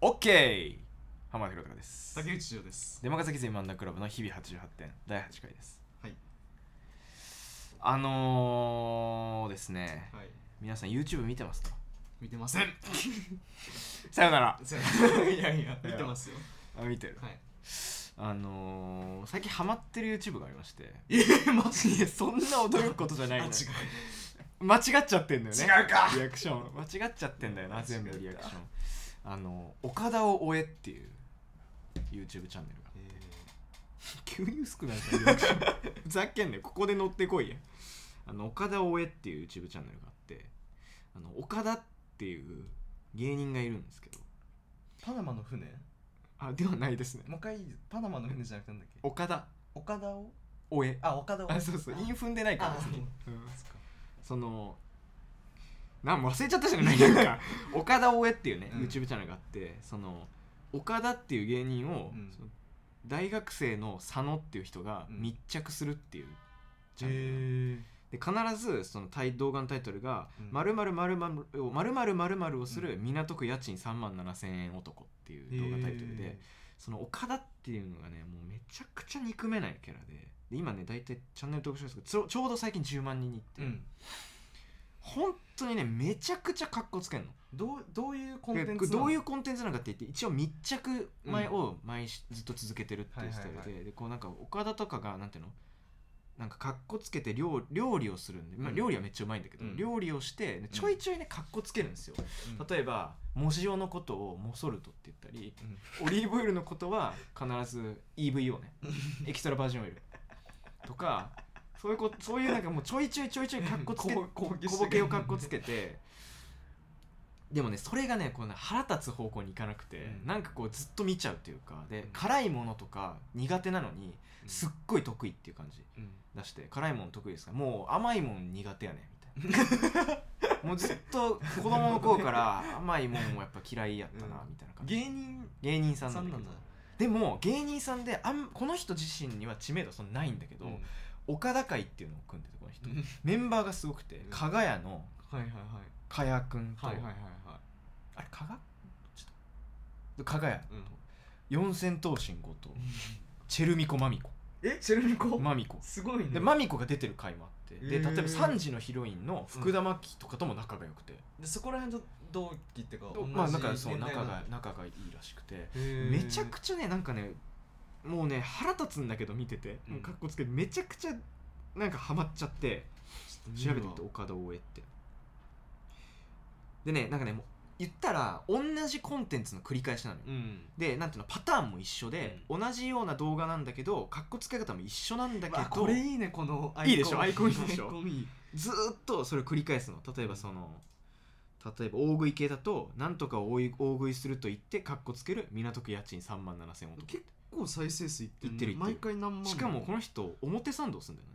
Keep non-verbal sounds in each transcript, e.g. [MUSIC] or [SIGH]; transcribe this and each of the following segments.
オッケー浜田博隆です竹内翔です。出任せゼミマンダークラブの日々88点第8回ですはい。あのー、ですねはい。皆さん YouTube 見てますか見てま [LAUGHS] せん。さよならいやいや、見てますよ。あ見てるはい。あのー、最近ハマってる YouTube がありましてえー、マジいやそんな驚くことじゃない [LAUGHS] あ、の違よう。間違っちゃってんだよね違うかリアクション間違っちゃってんだよな間違えた全部リアクションあの岡田を追えっていう YouTube チャンネルがえ急に薄くなるじゃんリアクションふざけんねここで乗ってこいやあの岡田を追えっていう YouTube チャンネルがあってあの岡田っていう芸人がいるんですけどー、パナマの船あではないですねもう一回、パナマの船じゃなくてなんだっけ岡田岡田を追えあ、岡田を。あそうそうあ韻踏んでないからですね、うんそっかそのなん忘れちゃったじゃないなんか岡田大江っていうね、うん YouTube チャンネルがあってその岡田っていう芸人を、うんその大学生の佐野っていう人がうん密着するっていうチへャンネルなの、ー。で必ずそのタイ動画のタイトルがう「んまるまるまるまるをまるまるまるまるをする港区家賃3万7000円男」っていう動画タイトルで、へその岡田っていうのがねもうめちゃくちゃ憎めないキャラでで今ね大体チャンネル登録者数がちょちょうど最近10万人にいって、ー。うん。本当にねめちゃくちゃ格好つけんのどう、どういうコンテでンこれツどういううコンテンツなのかって言って一応密着前を毎し、ずっと続けてるっていうスタイルで,、はいはいでこうなんか岡田とかがなんていうのなんか格好つけて料料理をするんで、まあ、うん料理はめっちゃうまいんだけど、うん料理をしてちょいちょいね格好つけるんですよ、ん、例えば藻塩のことをモソルトって言ったりうんオリーブオイルのことは必ず EVO ねエキストラバージンオイルとかそういうこそういうなんかもうちょいちょいちょいちょいかっこつけここぼこぼけしてくるぼけをかっこつけてでもねそれがねこうね腹立つ方向に行かなくて、うんなんかこうずっと見ちゃうっていうかで、うん辛いものとか苦手なのにうんすっごい得意っていう感じうん出して辛いもん得意ですからもう甘いもん苦手やねみ [LAUGHS] たいなもうずっと子供の頃から甘いもんもやっぱ嫌いやったなうんみたいな感じ、芸人芸人さんなさんんだなけんどだ。でも芸人さんであんこの人自身には知名度そんなないんだけど、うん岡田会っていうのを組んでてこの人、うんメンバーがすごくてうん加賀屋のはいはい加谷くんと、はい。はいはいはいはあれ加賀ちょっと加賀屋い。うん四千頭身後とチェルミコマミコ [LAUGHS] え、チェルミコマミコすごいね。でマミコが出てる回もあってで例へえばー3時のヒロインの福田真紀とかとも仲が良くて、でそこら辺と同期っていうかまあなんか同じそう年代仲なが仲がいいらしくてめめちゃくちゃねなんかねもうね腹立つんだけど見てて、うんもうかっこつけてめちゃくちゃなんかハマっちゃって調べてみて岡田大江ってでねなんかねもう言ったら同じコンテンツの繰り返しなのよ、うんでなんていうのパターンも一緒で、同じような動画なんだけどかっこつけ方も一緒なんだけど、あこれいいねこのアイコンいいでしょアイコンいいでしょアイコンいいずーっとそれを繰り返すの例えばその例えば大食い系だとなんとか大い大食いすると言ってかっこつける港区家賃3万7000円結構再生数いってる,、いってるいってる毎回何万しかもこの人表参道すんだよね、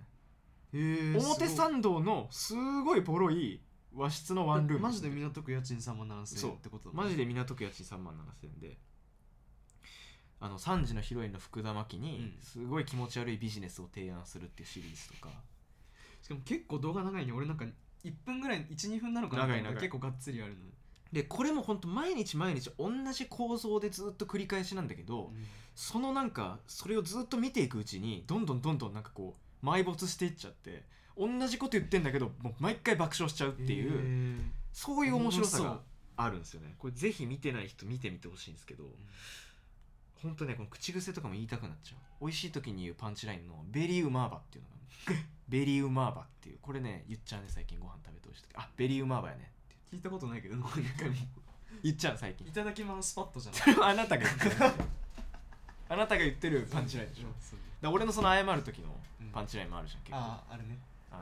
へえ表参道のすごいボロい和室のワンルームマジで港区家賃3万7000そう円ってことだもんマジで港区家賃3万7000円であの3時のヒロインの福田真紀にうんすごい気持ち悪いビジネスを提案するっていうシリーズとか、しかも結構動画長いね俺なんか1分ぐらい12分なのかな長いと思ったら長い結構がっつりあるの、でこれも本当毎日毎日同じ構造でずっと繰り返しなんだけど、そのなんかそれをずっと見ていくうちにどんどんどんどんなんかこう埋没していっちゃって同じこと言ってんだけどもう毎回爆笑しちゃうっていう、うそういう面白さがあるんですよねこれぜひ見てない人見てみてほしいんですけど、本当ねこの口癖とかも言いたくなっちゃう美味しい時に言うパンチラインの「ベリーウマーバ」っていうのがあ [LAUGHS] るベリーウマーバっていうこれね言っちゃうね最近ご飯食べてほしい時あベリーウマーバやねって聞いたことないけど何回も [LAUGHS] 言っちゃう最近 [LAUGHS] いただきますスパッとじゃないそれはあなたが言ってる [LAUGHS] あなたが言ってる [LAUGHS] パンチラインでしょだかそうら俺のその謝る時のパンチラインもあるじゃん結構ああああれねのー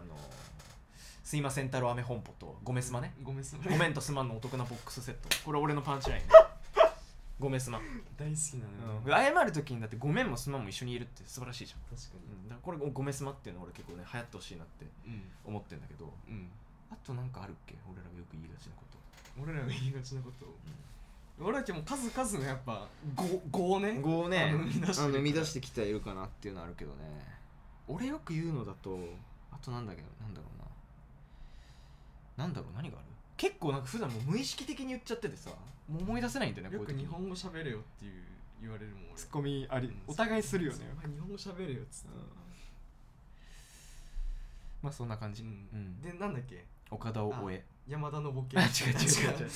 すいません太郎雨本舗とごめすまねごめんすまごめんとすまんのお得なボックスセットこれ俺のパンチラインねごめんすまん大好きなのよ、うん謝るときにだってごめんもすまんも一緒にいるって素晴らしいじゃん、確かうん、だからこれごめんすまっていうの俺結構ね流行ってほしいなってにうん思ってんだけどうん、あとなんかあるっけ俺らがよく言いがちなこと俺らが言いがちなことを、俺らってもう数々のやっぱ語をね語をねあの生み出してるあの生み出してきているかなっていうのはあるけどね俺よく言うのだとあとなんだけどなんだろうななんだろう何がある結構なんか普段もう無意識的に言っちゃっててさもう思い出せないんだよねよこうくいう時日本語喋れよっていう言われるもん俺ツッコミありうんお互いするよねそうお前日本語喋れよっつってうんまあそんな感じ、うんうんでなんだっけ岡田を終え山田のボケあ違う違う違う違う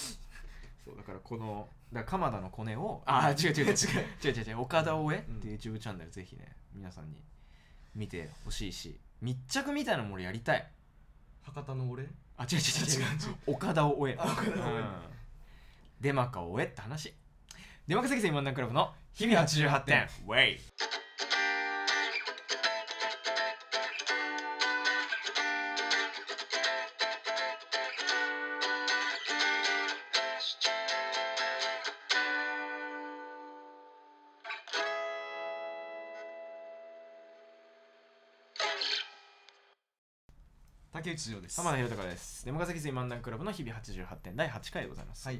そうだからこのだから鎌田のコネをあー違 [LAUGHS] う違う違う [LAUGHS] 違う違う違う岡田大江っていう YouTube チャンネルぜひね皆さんに見てほしいし密着みたいなのも俺やりたい博多の俺あ違う違う違う違違う岡田大江あ岡田大江うんデマか大江って話デマ化関西漫談クラブの日々88点 [LAUGHS] ウェイ竹内涼です浜田宏孝です。山崎水漫談クラブの日々88点第8回でございます。はい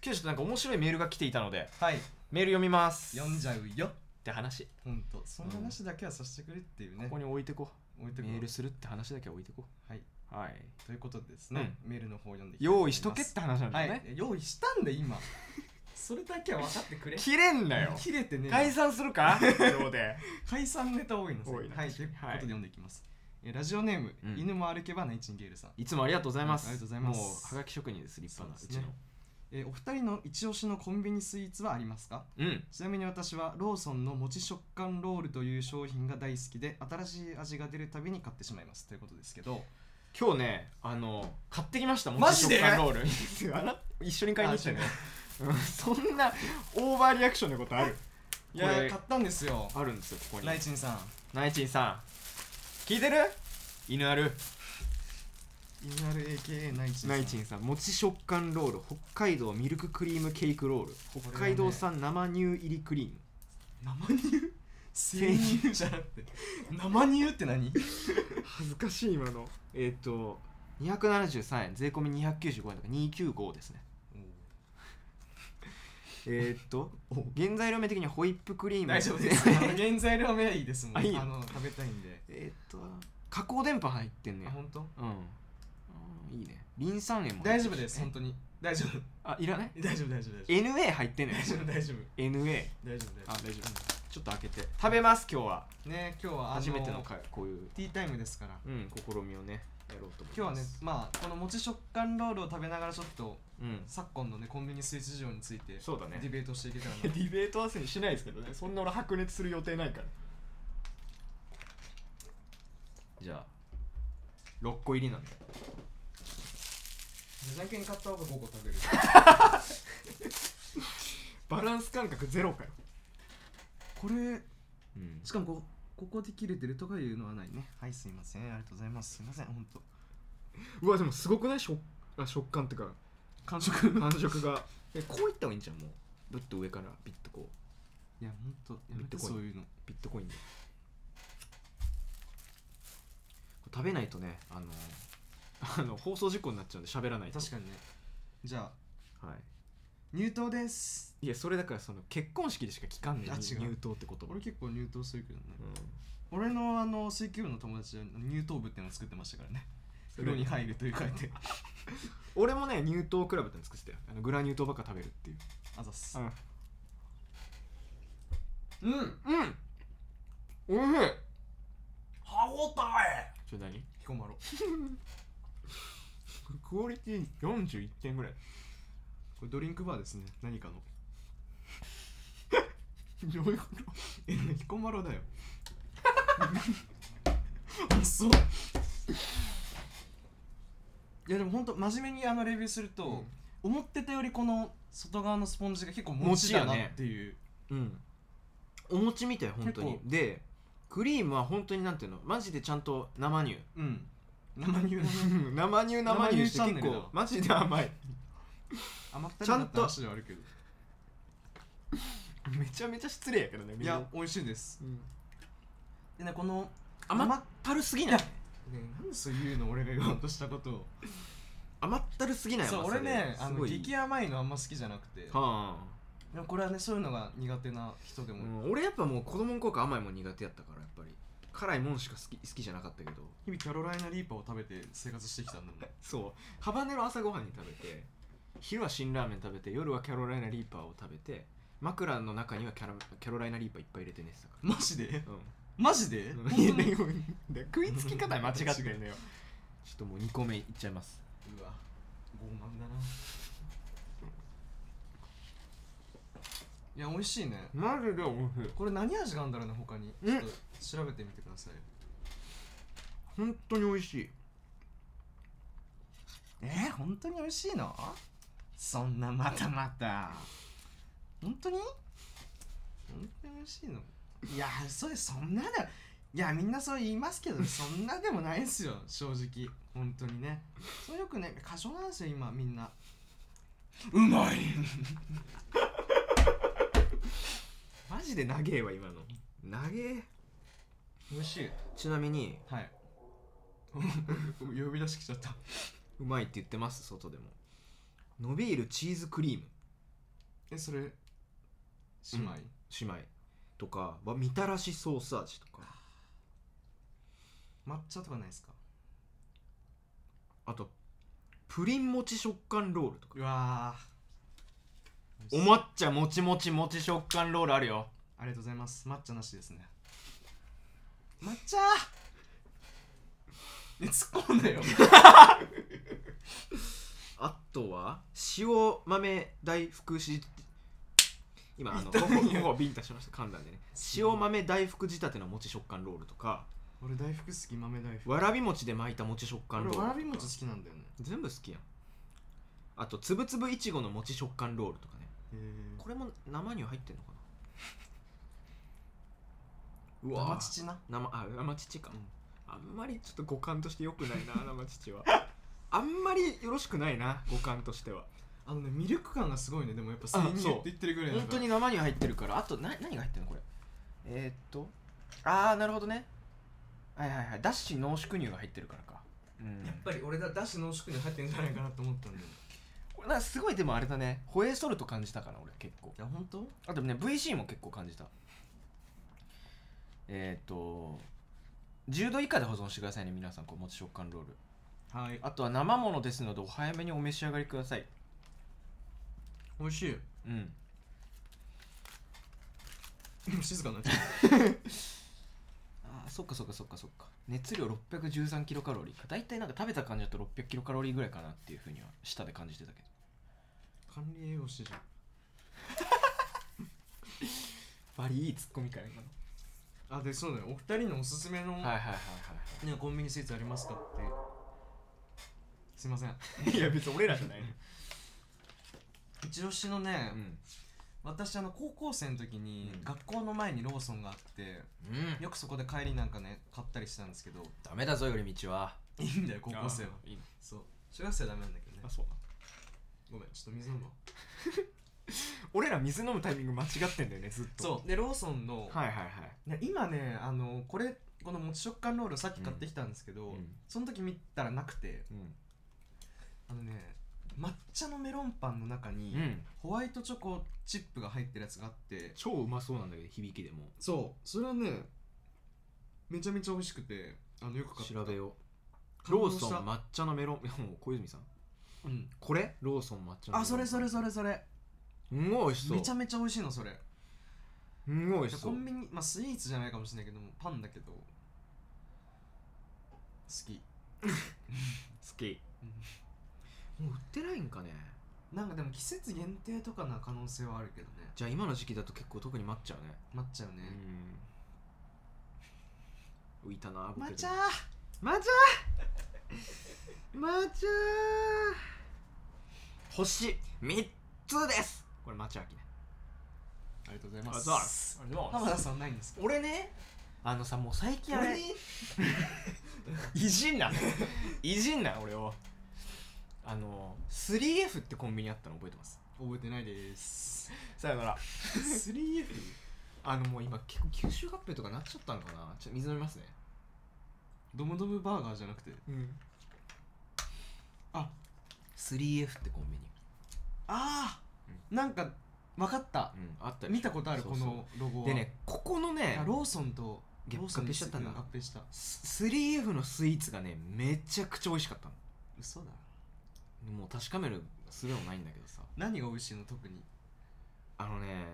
今日ちょっとなんか面白いメールが来ていたので、はいメール読みます。読んじゃゃうよって話。ほんとその話だけはさせてくれっていうねここに置いてこ。置いうてくメールするって話だけは置いてこはい、う。はい。ということでですね、メールの方を読んでいきたい思い用ま意しすとけって話なんだはよいね。、用意したんだよ今それだけは分かってくれ切れんなよ。切れてね解散する [LAUGHS] か今日で。解散ネタ多いの多いなはいということで読んでいきます、えーラジオネーム、うん犬も歩けばナイチンゲールさん、いつもありがとうございます。うんありがとうございますもう、はがき職人です、立派な。うそうちですねえーお二人の一押しのコンビニスイーツはありますかの。うん。ちなみに私はローソンの餅食感ロールという商品が大好きで新しい味が出るたびに買ってしまいますということですけど今日ね、あの、買ってきました、マジもでち食感ロール。 [LAUGHS] あら一緒に買いに行ったよね。うんそんなオーバーリアクションのことあるいやこーれ買ったんですよあるんですよここにナイチンさんナイチンさん聞いてる犬ある ERAKA ナイチンさんナイチンさん餅食感ロール北海道ミルククリームケークロール北海道産生乳入りクリーム、生乳生乳じゃなくて生乳っ [LAUGHS] て何恥ずかしい今のえっ、と273円税込み295円だから295ですねえっ、と原材料名的にはホイップクリーム大丈夫 [LAUGHS] ですあの原材料名はいいですもんああいいよの食べたいんでえっと加工電波入ってんねあ本当うんうんいいねリン酸塩も入大ってる丈夫しです本当に大丈夫 [LAUGHS] あいらない大丈夫大丈夫大丈 NA 入ってんねん夫大丈夫 NA 大丈夫大あ丈大丈夫ちょっと開けて食べます今日は夫ね今日はあ初めての回こういう、ティータイムですからうん、試みをねやろうと思います今日はねまあこの餅食感ロールを食べながらちょっとうん昨今のねコンビニスイーツ事情についてデそうだねィベートしていけた [LAUGHS] らなディベート合わせにしないですけどねそんな俺白熱する予定ないからじゃあ6個入りなんだじゃんけん買った方が5個食べるバランス感覚ゼロかよ、こうれん、しかもこここで切れてるとかいうのはないねはいすいませんありがとうございますすいませんほんとうわでもすごくない食あ食感ってか完食感触が [LAUGHS] えこういった方がいいんじゃんもうぶっと上からビッとこういやほんとやめ見ててこいそういうのビットコインでこれ食べないとねあの [LAUGHS] あの放送事故になっちゃうんで喋らないと確かにねじゃあはい入刀ですいやそれだからその結婚式でしか聞かんねんあ入違う入党ってこと俺結構入刀するけどねうん、俺のあの水球部の友達は入刀部っていうのを作ってましたからね風呂に入るという書いて俺もね入党クラブっての作ってたよあのグラニュー糖ばっか食べるっていうあざっすううんんおいしい歯応えちょ何彦摩呂クオリティ41点ぐらいこれドリンクバーですね何かの [LAUGHS] どういうこえ彦摩呂だよ [LAUGHS] あそういやでも本当真面目にあのレビューすると、うん思ってたよりこの外側のスポンジが結構もち餅やだねなっていう、とうんお餅みたい本当に結でクリームは本当になんていうのマジでちゃんと生 [LAUGHS] 乳うん生乳だ [LAUGHS] ね生乳生乳して生乳チャン結ネルだ構マジで甘い甘ったちゃんとりなって話ではあるけどめちゃめちゃ失礼やけどねいみんなや美味しいですうんでねこの甘生っったるすぎないねなんでそういうの俺が言おうとしたことを甘ったるすぎないそう甘さ俺でねあすのごい激甘いのあんま好きじゃなくてではあもこれはねそういうのが苦手な人でうも、ん、俺やっぱもう子供の頃から甘いもん苦手やったからやっぱり辛いもんしか好き好きじゃなかったけど [LAUGHS] 日々キャロライナリーパーを食べて生活してきたんだもんそうハバネロ朝ごはんに食べて昼は辛ラーメン食べて夜はキャロライナリーパーを食べて枕の中にはキャラキャロライナリーパーいっぱい入れて寝てたかマジでら、うん、マジでうん [LAUGHS] 本当にいやでもで食いつき方間違ってんだよちょっともう2個目いっちゃいますうわ傲慢だないや美味しいねマジでおいしいこれ何味があるんだろうね他にちょんっと調べてみてください本当においしいえー、本当に美味しいのそんなまたまた本当に本当に美味しいのいやそれそんなでいやみんなそう言いますけどそんなでもないですよ正直本当にねそれよくね過剰なんですよ今みんなうまいマジで長えわ今の長え美味しいちなみにはい [LAUGHS] 呼び出してきちゃったうまいって言ってます外でも伸びるチーズクリームえそれ姉妹、姉妹とかわみたらしソース味とか抹茶とかないですかあとプリンもち食感ロールとかうわーお抹茶もちもちもち食感ロールあるよありがとうございます。抹茶なしですね。抹茶ね、突っ込んだよ。あとは塩豆大福し今 [LAUGHS] あのここここビンタしました噛んだんでね塩豆大福仕立ての餅食感ロールとか俺大福好き、豆大福。わらび餅で巻いた餅食感ロール俺とかわらび餅好きなんだよね。全部好きやんあとつぶつぶいちごの餅食感ロールとかねへーこれも生には入ってんのかなう生わ乳な。生あ生乳か、うんあんまりちょっと五感として良くない [LAUGHS] な生乳はあんまりよろしくないな五感としてはあのね、ミルク感がすごいね。でもやっぱあ生乳そうって言ってるぐらいだ本から当に生には入ってるからあとな何が入ってるのこれえー、っとああなるほどねはいはいはいだし濃縮乳が入ってるからかうんやっぱり俺だ、だし濃縮に入ってんじゃないかなと思ったんだよね。これなんかすごいでもあれだねホエーソルト感じたから俺結構いや、本当あでもね VC も結構感じたえー、っと10度以下で保存してくださいね皆さんこうもち食感ロールはい。ああとは生ものですのでお早めにお召し上がりください美味しい。 [LAUGHS] うん静かになっちゃう。あーそっかそっかそっかそっか熱量613キロカロリーか大体なんか食べた感じだと600キロカロリーぐらいかなっていうふうには舌で感じてたけど管理栄養士じゃん。バリいいツッコミかよ今のあ、で、そうだよ。お二人のおすすめの、はいはいはね、コンビニスイーツありますかって。すいません。 [LAUGHS] いはいいや別に俺らじゃないね一押しのね、うん私あの高校生の時にうん学校の前にローソンがあってうんよくそこで帰りなんかね買ったりしてたんですけど [LAUGHS] ダメだぞより道はいいんだよ高校生はいいそう中学生はダメなんだけどねそうごめんちょっと水飲むわ俺ら水飲むタイミング間違ってんだよねずっとそうでローソンの、はいはいはいね今ねあのこれこのもち食感ロールさっき買ってきたんですけど、うんその時見たらなくてうんあのね抹茶のメロンパンの中に、うんホワイトチョコチップが入ってるやつがあって超うまそうなんだけど響きでもそうそれはねめちゃめちゃ美味しくてあのよく買った調べよう感ロ動ーソしンた抹茶のメロンいやもう小泉さんうんこれローソン抹茶のメロンあそれそれそれそれうん美味しそうめちゃめちゃ美味しいのそれうん美味しそコうンビニまあスイーツじゃないかもしれないけどもパンだけど好き好きもう売ってないんかねなんかでも季節限定とかな可能性はあるけどねじゃあ今の時期だと結構特に抹茶ね抹茶よねうん浮いたなボケ抹で茶抹茶抹茶星3つですこれ抹茶秋ねありがとうございありがとうござい浜ま田すさんないんですか俺ねあのさもう最近あ俺 [LAUGHS] れ偉人なの偉人なの俺をあの 3F ってコンビニあったの覚えてます覚えてないです [LAUGHS] さよなら 3F あのもう今結構九州合併とかなっちゃったのかなちょっと水飲みますねドムドムバーガーじゃなくてうんあ 3F ってコンビニ、あーなんか分かったうん、あったでしょ見たことあるそうこそうのロゴはでねここのねあローソンとゲップ合合併併ししちちゃゃっったたんんだだ合併したス 3F のスイーツがねめちゃくちゃ美味しかった嘘だのもう確かめるすべもないんだけどさ何が美味しいの特にあのね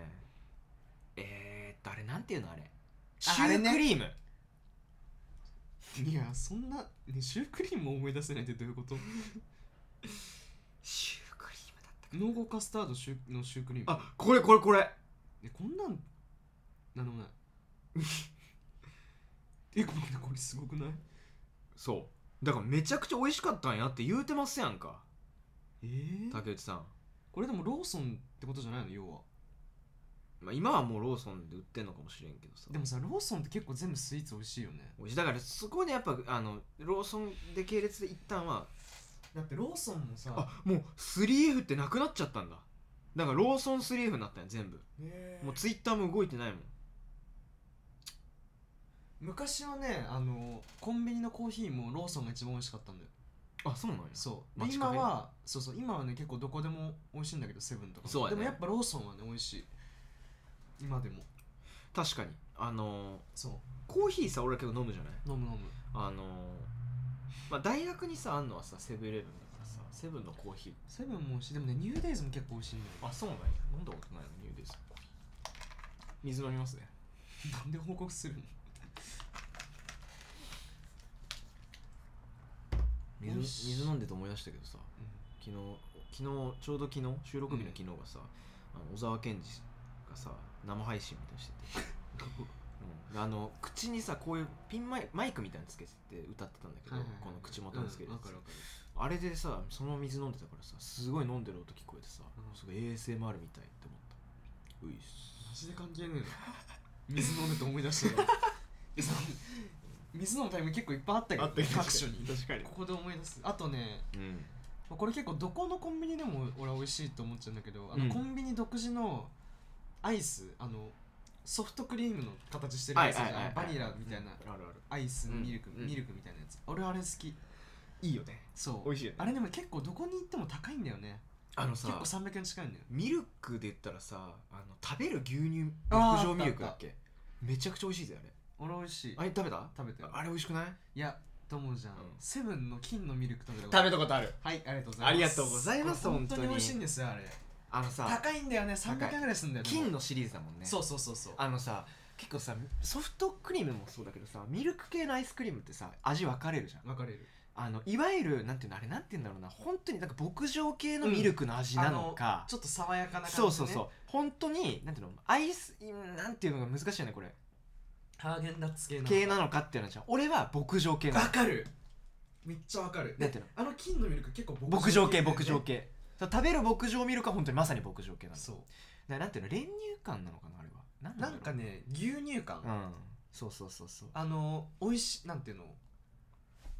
えー、っとあれなんていうのあれシあュあれねークリーム、 [LAUGHS] いやそんな、ね、シュークリームを思い出せないってどういうこと [LAUGHS] シュークリームだった濃厚カスタードシューのシュークリームあこれこれこれえこんなんなんでもない [LAUGHS] えこれこれすごくないそうだからめちゃくちゃ美味しかったんやって言うてますやんかえ竹内さん、これでもローソンってことじゃないの要はまあ、今はもうローソンで売ってんのかもしれんけどさでもさローソンって結構全部スイーツ美味しいよね美味しいだからそこでやっぱあのローソンで系列で一旦はだってローソンもさあもう 3F ってなくなっちゃったんだだからローソン 3F になったんや全部もうツイッターも動いてないもん昔はねあのコンビニのコーヒーもローソンが一番美味しかったんだよあそうなんやそうで街今カフェはそうそう今はね結構どこでも美味しいんだけどセブンとかもそうやねでもやっぱローソンはね美味しい今でも確かにあのーそコーヒーさ俺ら結構飲むじゃないう飲む飲むあのーまあ大学にさあんのはさセブンイレブンだからさセブンのコーヒセブンも美味しいでもねニューデイズも結構美味しいんだよーあそうなんや飲んだことないのニューデイズ水飲みますね [LAUGHS] なんで報告するの水美味しい水飲んでと思い出したけどさ昨日昨日ちょうど昨日収録日の昨日がさ、あの小沢健二がさ生配信みたいにしてて、うんあの口にさこういうピンマイマイクみたいにつけてて歌ってたんだけど、この口元につけて、うんわかるわかるあれでさそのまま水飲んでたからさすごい飲んでる音聞こえてさ、うんすごい ASMR みたいって思ったういっすマジで関係ねえな [LAUGHS] 水飲んでて思い出し [LAUGHS] たよ水飲むタイム結構いっぱいあったけどね、各所に確かにここで思い出すあとねうんこれ結構どこのコンビニでも俺は美味しいと思っちゃうんだけどあのうんコンビニ独自のアイスあのソフトクリームの形してるはやいつあはいるじはゃんいはいバニラみたいなあるあるアイスうんミルクうんミルクみたいなやつ俺あれ好きいいよねそう美味しいよねあれでも結構どこに行っても高いんだよねあの結さ構300円近いんだよミルクで言ったらさあの食べる牛乳あー牧場ミルクだっけめちゃくちゃ美味しいぜあれ俺美味しいあれ食べた食べてよあれ美味しくないいやと思うじゃん、うんセブンの金のミルク食べたこと食べたことあるはいありがとうございますありがとうございますこれ本当本当にに美味しいんですよあれあのさ高いんだよね高い300円ぐらいするんだよね金のシリーズだもんねそうそうそうそうあのさ結構さソフトクリームもそうだけどさミルク系のアイスクリームってさ味分かれるじゃん分かれるあのいわゆるなんていうのあれなんて言うんだろうな本当になんか牧場系のミルクの味なのか、ちょっと爽やかな感じ、ね、そうそうそう本当になんていうのアイスうんなんていうのが難しいよねこれハーゲンダッツ系なの系なのかっていうのはじゃん俺は牧場系なの分かるめっちゃ分かるなんていうのあの金のミルク結構牧場系だよね牧場系そう食べる牧場ミルクは本当にまさに牧場系なのだかそらなんていうの練乳感なのかなあれはなんうだなろうんかね牛乳感、うんそうそうそうそうあの美味しいなんていうの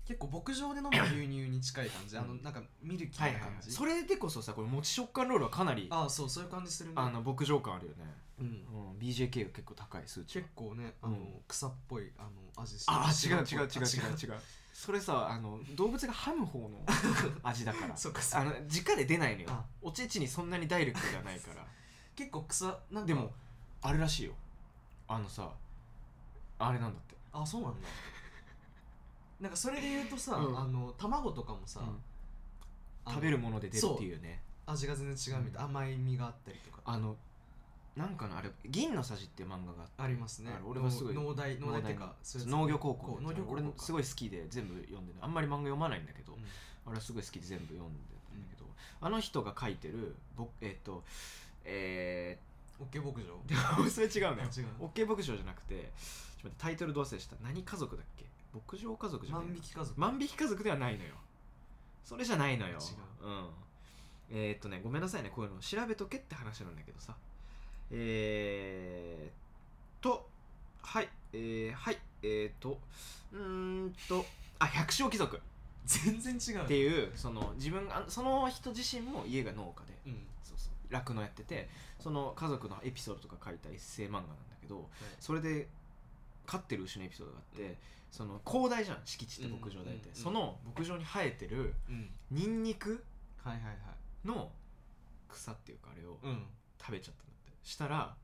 結構牧場で飲む牛乳に近い感じ、あのうんなんかミルキはーいなはいはい感じ、それでこそさこれもち食感ロールはかなりあああそうそういう感じするねの牧場感あるよね、うんうん、BJK が結構高い数値結は構ねあの、うん草っぽいあの味してるあ違う白違っうぽ違う違ういあ違うそれさあの動物がハむ [LAUGHS] 方の味だからそうかそうあかの直で出ないのよあおちちにそんなにダイレクトじゃないから結構草なんかでもあれらしいよあのさあれなんだってあそうなんだなんかそれで言うとさ、うんあの卵とかもさ、うんあの食べるもので出るっていうね味が全然違うみたいな、甘い実があったりとかあのなんかのあれ「銀のさじ」っていう漫画があってありますねあれ俺はすごい農農大農大っていうかそういうやつ農業高校農業高校俺かすごい好きで全部読んでるあんまり漫画読まないんだけど、うん俺はすごい好きで全部読んでたんだけど、あの人が書いてる僕えっとえオッケー牧場ー、 [LAUGHS] それ違うのよ違うオッケー牧場じゃなくてちょっと待ってタイトルどうせした何家族だっけ牧場家族じゃな万い引き家族万引き家族ではないのよそれじゃないのよ違う、ん、えー、っとねごめんなさいねこういうの調べとけって話なんだけどさえー、とはいえー、はいえー、とうーんとあ百姓貴族全然違うっていうその自分あその人自身も家が農家でうんそうそう酪農やっててその家族のエピソードとか書いたエッセイ漫画なんだけどそれで飼ってる牛のエピソードがあって、うんその広大じゃん敷地って牧場大体、うんうんうんうんその牧場に生えてるうんニンニクはいはいはいの草っていうかあれをうん食べちゃったんだってしたら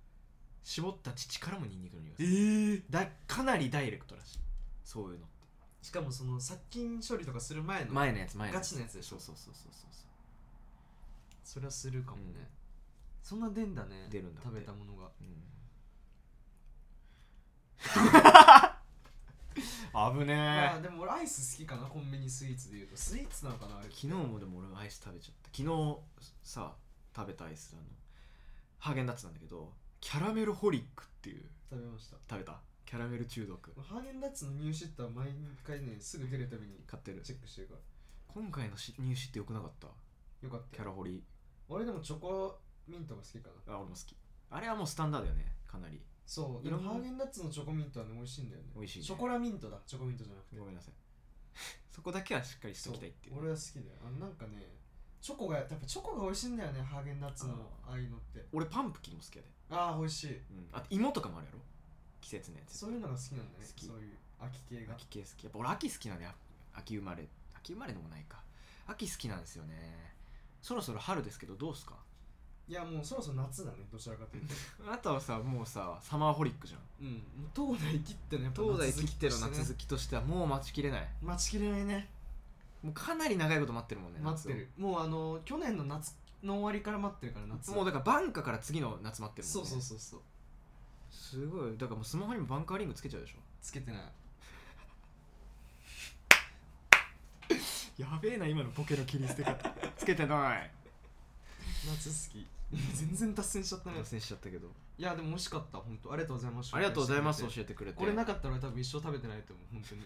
絞った乳からもニンニクの匂いえがするー、だかなりダイレクトらしいそういうのってしかもその殺菌処理とかする前の前のやつ前のガチのやつでしそょうそうそうそうそうそうそれはするかもね、うんそんな出んだね出るんだって食べたものがうん [LAUGHS] 危ねあえーでも俺アイス好きかなコンビニスイーツでいうとスイーツなのかなあれ昨日もでも俺アイス食べちゃった昨日さ食べたアイスあのハーゲンダッツなんだけどキャラメルホリックっていう食べました食べたキャラメル中毒ハーゲンダッツのニューシッター毎回ねすぐ出るために買ってるチェックしてるから今回のし入試ってよくなかったよかったキャラホリ俺でもチョコミントが好きかなあ俺も好きあれはもうスタンダードよねかなりそういでろもんなハーゲンダッツのチョコミントはね美味しいんだよね美味しいねチョコラミントだチョコミントじゃなくてごめんなさい [LAUGHS] そこだけはしっかりしときたいっていうそう俺は好きだよあのなんかねチョコがやっぱチョコが美味しいんだよねハーゲンダッツのああいうのって俺パンプキンも好きやで、ああ美味しいうん、あと芋とかもあるやろ季節のやつそういうのが好きなんだね好きそういう秋系が秋系好きやっぱ俺秋好きなんだよ秋生まれ秋生まれでもないか秋好きなんですよねそろそろ春ですけどどうすかいやもうそろそろ夏だねどちらかという [LAUGHS] とあなたはさもうさサマーホリックじゃんうんもう東大切ってねやっぱ東大切っての好き夏として好きとしてはもう待ちきれないね待ちきれないねもうかなり長いこと待ってるもんね待夏っをてるもうあの去年の夏の終わりから待ってるから夏もうだからバンカから次の夏待ってるもんねそうそうそうそうすごいだからもうスマホにもバンカーリングつけちゃうでしょつけてないやべえな今のボケの切り捨て [LAUGHS] 方つけてない夏好き全然達成しちゃったね達成しちゃったけどいやでも美味しかった本当ありがとうございますありがとうございます紹教介してえてくれくれててこれなかったら俺多分一生食べてないと思う [LAUGHS] 本当に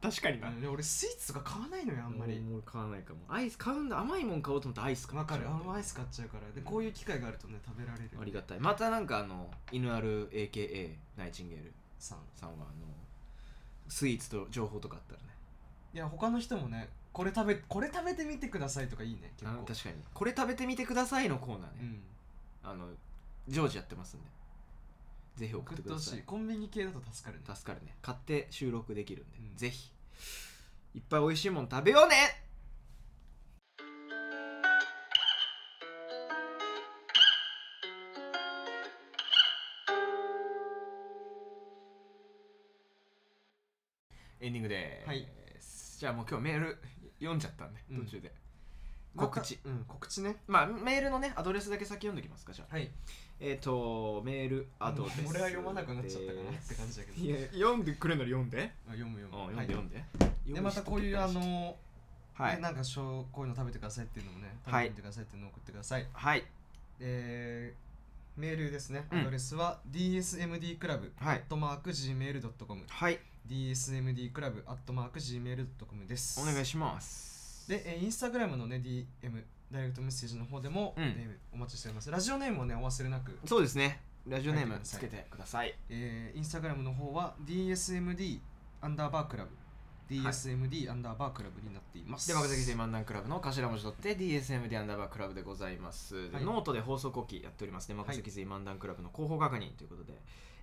確かにあのね俺スイーツとか買わないのよああんんままりりもう買わないかもアイス買うんだ甘いもん買おうと思ってアイス買わっちゃかうるあのアイス買っちゃうからでこういう機会があるとね食べられるありがたいまたなんかあの犬ある AKA ナイチンゲールさんさんはあのスイーツと情報とかあったらねいや他の人もねこれ食べこれ食べてみてくださいとかいいね結あ構確かにこれ食べてみてくださいのコーナーうね、んあの常時やってますんでぜひ送送っっくててだほさしいいコンビニ系だと助かるね助かるね買って収録できるんで、うんぜひいっぱい美味しいもん食べようねエンディングです、はいじゃあもう今日メール読んじゃったんでうん途中で、また告知うん告知ねまあメールのねアドレスだけ先読んできますかじゃあはいえっ、とメールアドレスもう俺は読まなくなっちゃったかなでって感じだけどいや読んでくれるなら読んであ読む読むうんは読んいで読んで。でまたこういうあのはねいなんかしょうこういうの食べてくださいっていうのもね食はいべてみてくださいっていうのを送ってください、はいえーメールですね、うんアドレスは dsmdclub はい gmail.com はい dsmdclub gmail.com ですお願いします。で、えーインスタグラムのね DM ダイレクトメッセージの方でも、うんえーお待ちしておりますラジオネームをねお忘れなく、そうですね。ラジオネー書ムいてくださついけてください。えーインスタグラムの方は dsmd アンダーバークラブ dsmd アンダーバークラブになっています、で、若崎千万南クラブの頭文字取って DSM でアンダーバークラブでございます。ではいノートで放送後期やっておりますね。若崎千万南クラブの広報確認ということで、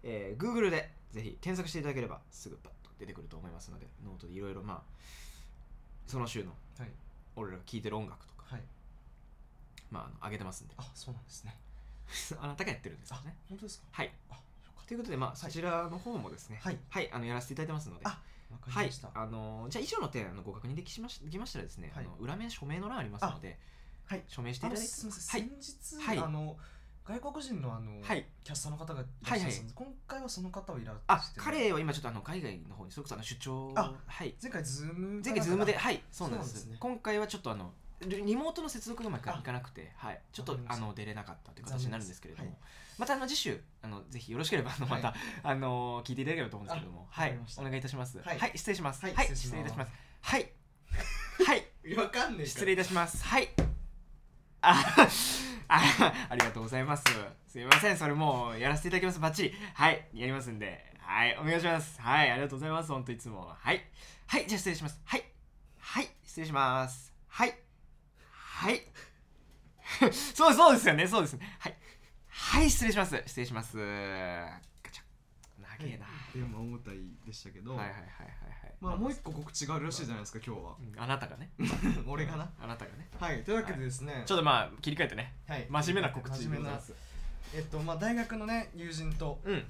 えー Google でぜひ検索していただければすぐパッと出てくると思いますので、ノートでいろいろまあ、その週のはい俺らが聴いてる音楽とか、はいまああの、上げてますんで、 [LAUGHS] あそうなんですねあなたがやってるんですよあね。本当ですかはい。あよかっということで、まあ、いそちらの方もですね、はいはい、あのやらせていただいてますので、あたわかはりいました、、あのーじゃあ以上の点あのご確認できしましできましたらですね、はいあの裏面署名の欄ありますので、はい署名していあたのだいて、すみまはせん、い、先日、はいあの外国人のあの、はいキャスターの方がいらっしゃったんです、今回はその方はいらっしゃあってない彼は今ちょっとあの海外の方にそれこそあの出張あはい、前回ズーム前回ズームであはいそうなんですそうなんですね今回はちょっとあのリリモートの接続がうまくいかなくて、はい、ちょっとわかりまあしたの出れなかったという形になるんですけれども、残念またあの次週あのぜひよろしければあのはまいた、あの聞いていただければと思うんですけども、はわいかりまし、たお願いいたします。は、はいい失礼します。ははいい、失失礼礼いしますたします。はい、はい。 [LAUGHS] わかんねえから [LAUGHS] 失礼いたしますはいあ [LAUGHS] あありがとうございますすいませんそれもうやらせていただきますバッチリはいやりますんではいお願いしますはいありがとうございます本当いつもはいはいじゃあ失礼しますはいはい失礼しますはいはい [LAUGHS] そうそうですよねそうですねはいはい失礼します失礼しますガチャ長えな、テーマ重たいでしたけど、はい、はいはいはいはいまあもう一個告知があるらしいじゃないですか今日はあなたがね俺がなあなたがねはいというわけでですね、ちょっとまあ切り替えてねはい真面目な告知真面目なえっとまあ、大学のね友人とうん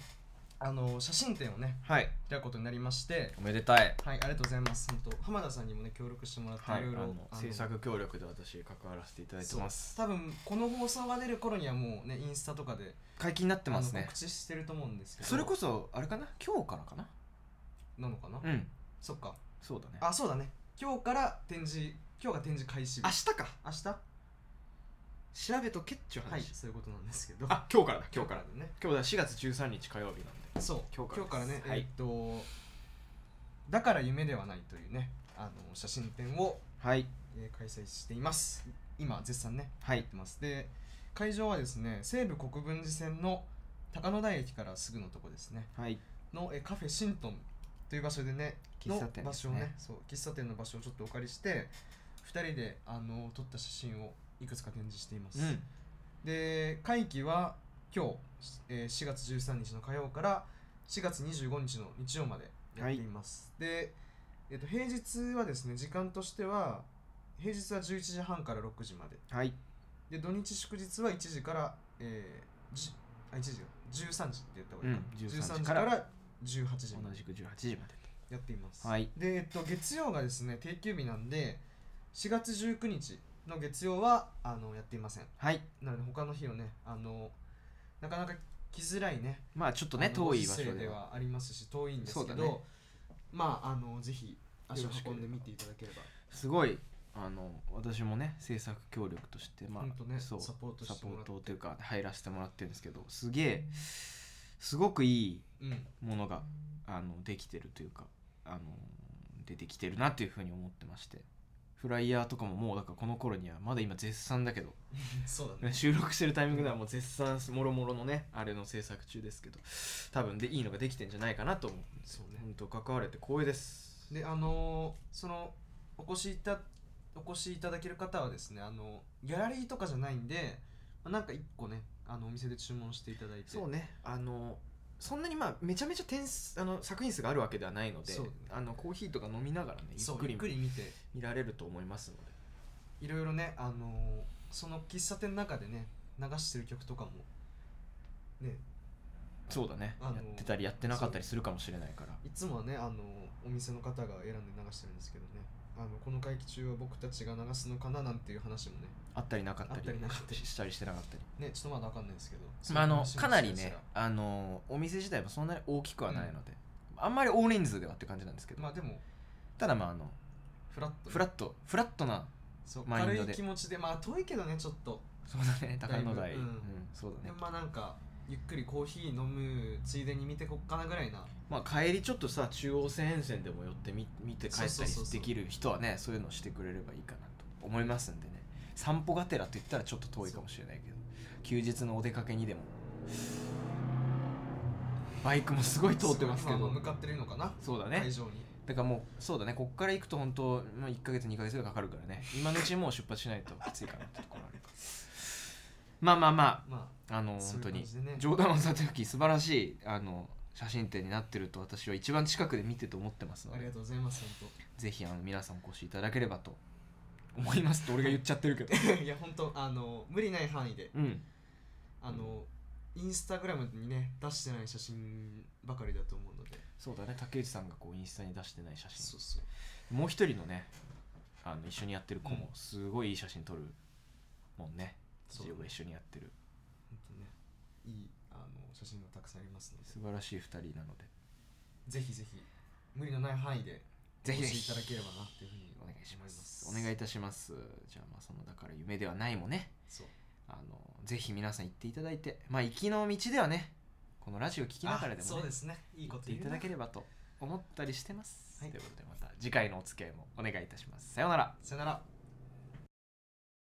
あの写真展をねはい開くことになりましておめでたいはいありがとうございます本当浜田さんにもね協力してもらって、はいい、ろいろああのの制作協力で私関わらせていただいてますそう多分この放送が出る頃にはもうねインスタとかで解禁になってますあのね告知してると思うんですけどそれこそあれかな今日からかななのかな、うんそっかそうだねあそうだね今日から展示今日が展示開始日日か明日は調べとけっちゅう話、いそういうことなんですけどあ今日からだ今日今日かかららでね今日だ4月13日火曜日なんでそう今今日日からですかはらね、いえーっとだから夢ではないというねあの写真展を、はいえー開催しています今絶賛ねはやってますで会場はですね西武国分寺線の高野台駅からすぐのとこですねはいの、えーカフェシントンという場所でね喫茶店での場す所をねねそう喫茶店の場所をちょっとお借りして2人であの撮った写真をいくつか展示しています、うんで会期は今日、えー4月13日の火曜から4月25日の日曜までやっています、で、えっと平日はですね時間としては平日は11時半から6時まではいで土日祝日は1時から、えー、じあ1時13時って言った方がいいか、うん13 13時時かからら18時ま同でじく18時までやっています、はいで、えっと、月曜がですね定休日なんで4月19日の月曜はあのやっていませんはいなので他の日をねあのなかなか来づらいねまあちょっとねあの遠い場所ご時世ででははありますし遠いんですけそうど、だねまああのぜひ足を運んでみていただければすごいあの私もね制作協力としてまほんとあ、ねそうサポートサしてポもらーってトというか入らせてもらってるんですけどすげえすごくいいうん [LAUGHS] ものがあのできてるというかあの出てきてるなというふうに思ってましてフライヤーとかももうだからこの頃にはまだ今絶賛だけど [LAUGHS] そうだねね収録してるタイミングではもう絶賛もろもろのねあれの制作中ですけど多分でいいのができてんじゃないかなと思うんですよそうね本当関われて光栄ですであのそのお越しいたお越しいただける方はですねあのギャラリーとかじゃないんで、まあ、なんか一個ねあのお店で注文していただいてそうねあのそんなにまあめちゃめちゃ点数あの作品数があるわけではないので、そうねあのコーヒーとか飲みながらねゆそっうくゆりっくり見て見られると思いますのでいろいろね、あのーその喫茶店の中でね流してる曲とかもねそうだね、あのやってたりやってなかったりするかもしれないからいつもはね、あのお店の方が選んで流してるんですけどねあのこの会期中は僕たちが流すのかななんていう話もねあったりなかったりあったりなかったりしたりしてなかったりねちょっとまだわかんないですけどまあ、あのそういかう話なもりしかしねたらあのお店自体もそんなに大きくはないので、あんまり大人数ではって感じなんですけど、まあでもただまああのフラットフラットフラットなそうマインドで軽い気持ちでまあ遠いけどねちょっとそうだね高野だ台、いうんぶうんそうだでねもまあなんかゆっくりコーヒー飲むついでに見てこっかなぐらいなまあ帰りちょっとさ中央線沿線でも寄ってみ見て帰ったそうそうりそうそうできる人はねそういうのしてくれればいいかなと思いますんでね散歩がてらと言ったらちょっと遠いかもしれないけど休日のお出かけにでもバイクもすごい通ってますけあのど向かってるのかな、そうだね会場にだからもうそうだねこっから行くと本当まあ1ヶ月2ヶ月ぐらいかかるからね今のうちにもう出発しないときついかなってところあるからまあまあままああのあそう本当いう感にじでね冗談をさておき素晴らしいあの写真展になってると私は一番近くで見てと思ってますのありでがとうございます本当ぜひあの皆さんお越しいただければと思いますって俺が言っちゃってるけどいや本当 [LAUGHS] あの無理ない範囲でうんあの、インスタグラムにね出してない写真ばかりだと思うのでそうだね竹内さんがこうインスタに出してない写真うそうもう一人のねあの一緒にやってる子もすごいいい写真撮るもんね、そうジオが一緒にやってる本当ねいいあの写真がたくさんありますので素晴らしい2人なのでぜひぜひ無理のない範囲でぜひぜお越ひしいただければなっていうふうにお願いしますお思願いいたしますじゃあまあそのだから夢ではないもねそうあのぜひ皆さん行っていただいてまあ行きの道ではねこのラジオ聞きながらでもあそうねですねいい行こっとてい言うただけれればと思ったりしてます、はいということでまた次回のお付き合いもお願いいたしますさようならさよなら